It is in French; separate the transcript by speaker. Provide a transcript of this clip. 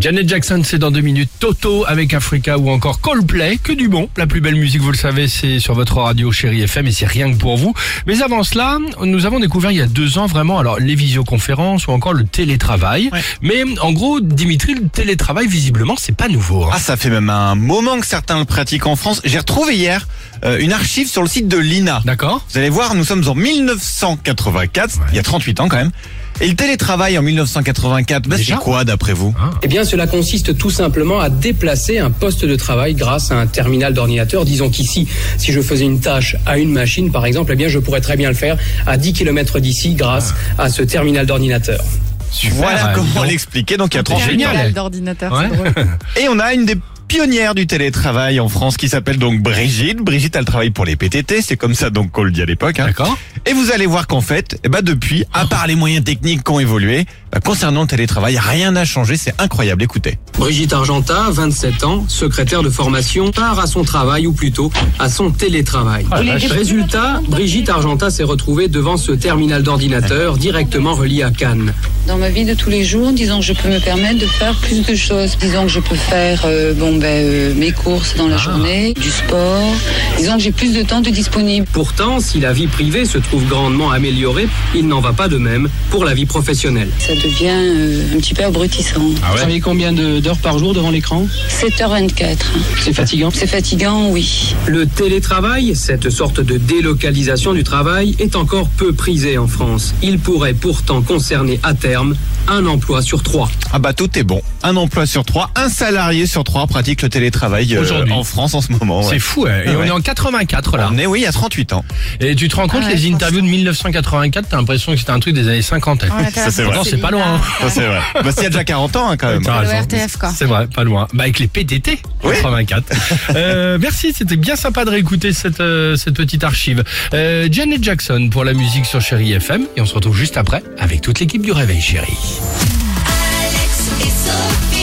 Speaker 1: Janet Jackson, c'est dans deux minutes. Toto avec Africa ou encore Coldplay. Que du bon. La plus belle musique, vous le savez, c'est sur votre radio chérie FM et c'est rien que pour vous. Mais avant cela, nous avons découvert il y a deux ans vraiment, alors les visioconférences ou encore le télétravail.
Speaker 2: Ouais.
Speaker 1: Mais en gros, Dimitri, le télétravail, visiblement, c'est pas nouveau. hein.
Speaker 2: Ah, ça fait même un moment que certains le pratiquent en France. J'ai retrouvé hier euh, une archive sur le site de l'INA.
Speaker 1: D'accord?
Speaker 2: Vous allez voir, nous sommes en 1984, il y a 38 ans quand même. Et le télétravail en 1984, bah, c'est
Speaker 1: Déjà Ah,
Speaker 2: quoi d'après vous
Speaker 3: Eh bien, cela consiste tout simplement à déplacer un poste de travail grâce à un terminal d'ordinateur. Disons qu'ici, si je faisais une tâche à une machine, par exemple, eh bien, je pourrais très bien le faire à 10 km d'ici grâce à ce terminal d'ordinateur.
Speaker 1: Super.
Speaker 2: Voilà
Speaker 1: Ah, dis
Speaker 2: comment
Speaker 1: donc.
Speaker 2: l'expliquer donc il y a 38 ans.
Speaker 1: Génial.
Speaker 4: Terminal d'ordinateur,
Speaker 1: Ouais.
Speaker 4: c'est drôle.
Speaker 2: Et on a une des pionnières du télétravail en France qui s'appelle donc Brigitte. Brigitte, elle travaille pour les PTT, c'est comme ça donc qu'on le dit à l'époque. hein.
Speaker 1: D'accord.
Speaker 2: Et vous allez voir qu'en fait, eh ben depuis, à part les moyens techniques qui ont évolué, bah, concernant le télétravail, rien n'a changé, c'est incroyable, écoutez.
Speaker 3: Brigitte Argenta, 27 ans, secrétaire de formation, part à son travail ou plutôt à son télétravail.
Speaker 1: Ah, la vache.
Speaker 3: Résultat, Brigitte Argenta s'est retrouvée devant ce terminal d'ordinateur directement relié à Cannes.
Speaker 5: Dans ma vie de tous les jours, disons que je peux me permettre de faire plus de choses. Disons que je peux faire euh, bon, ben, euh, mes courses dans la journée, du sport. Disons que j'ai plus de temps de disponible.
Speaker 3: Pourtant, si la vie privée se trouve grandement améliorée, il n'en va pas de même pour la vie professionnelle.
Speaker 5: Ça devient euh, un petit peu
Speaker 1: Ah
Speaker 5: abrutissant.
Speaker 3: Vous
Speaker 1: ouais.
Speaker 3: travaillez combien de- d'heures par jour devant l'écran
Speaker 5: 7h24. hein.
Speaker 3: C'est fatigant.
Speaker 5: C'est fatigant, oui.
Speaker 3: Le télétravail, cette sorte de délocalisation du travail, est encore peu prisé en France. Il pourrait pourtant concerner à terme un emploi sur trois.
Speaker 2: Ah bah tout est bon. Un emploi sur trois, un salarié sur trois pratique le télétravail euh,
Speaker 1: Aujourd'hui.
Speaker 2: en France en ce moment. ouais.
Speaker 1: C'est hein. fou, hein. Et
Speaker 2: Ah
Speaker 1: on
Speaker 2: ouais.
Speaker 1: est en 84, là.
Speaker 2: On est, oui, à 38 ans.
Speaker 1: Et tu te rends compte,
Speaker 4: Ah ouais,
Speaker 1: les interviews de 1984, t'as l'impression que c'était un truc des années 50. hein.
Speaker 4: Ouais,
Speaker 2: Ça, c'est vrai.
Speaker 1: Non, c'est pas
Speaker 4: Lina.
Speaker 1: loin, hein.
Speaker 2: Ça, c'est vrai. Bah, c'est il y a déjà 40 ans, hein, quand même.
Speaker 1: T'as
Speaker 4: Le
Speaker 1: raison.
Speaker 4: RTF, quoi.
Speaker 1: C'est vrai, pas loin. Bah avec les PTT,
Speaker 2: Oui.
Speaker 1: 84. Euh, merci, c'était bien sympa de réécouter cette, euh, cette petite archive. Euh, Janet Jackson pour la musique sur Chéri FM. Et on se retrouve juste après avec toute l'équipe du Réveil Chéri.
Speaker 6: Alex et Sophie.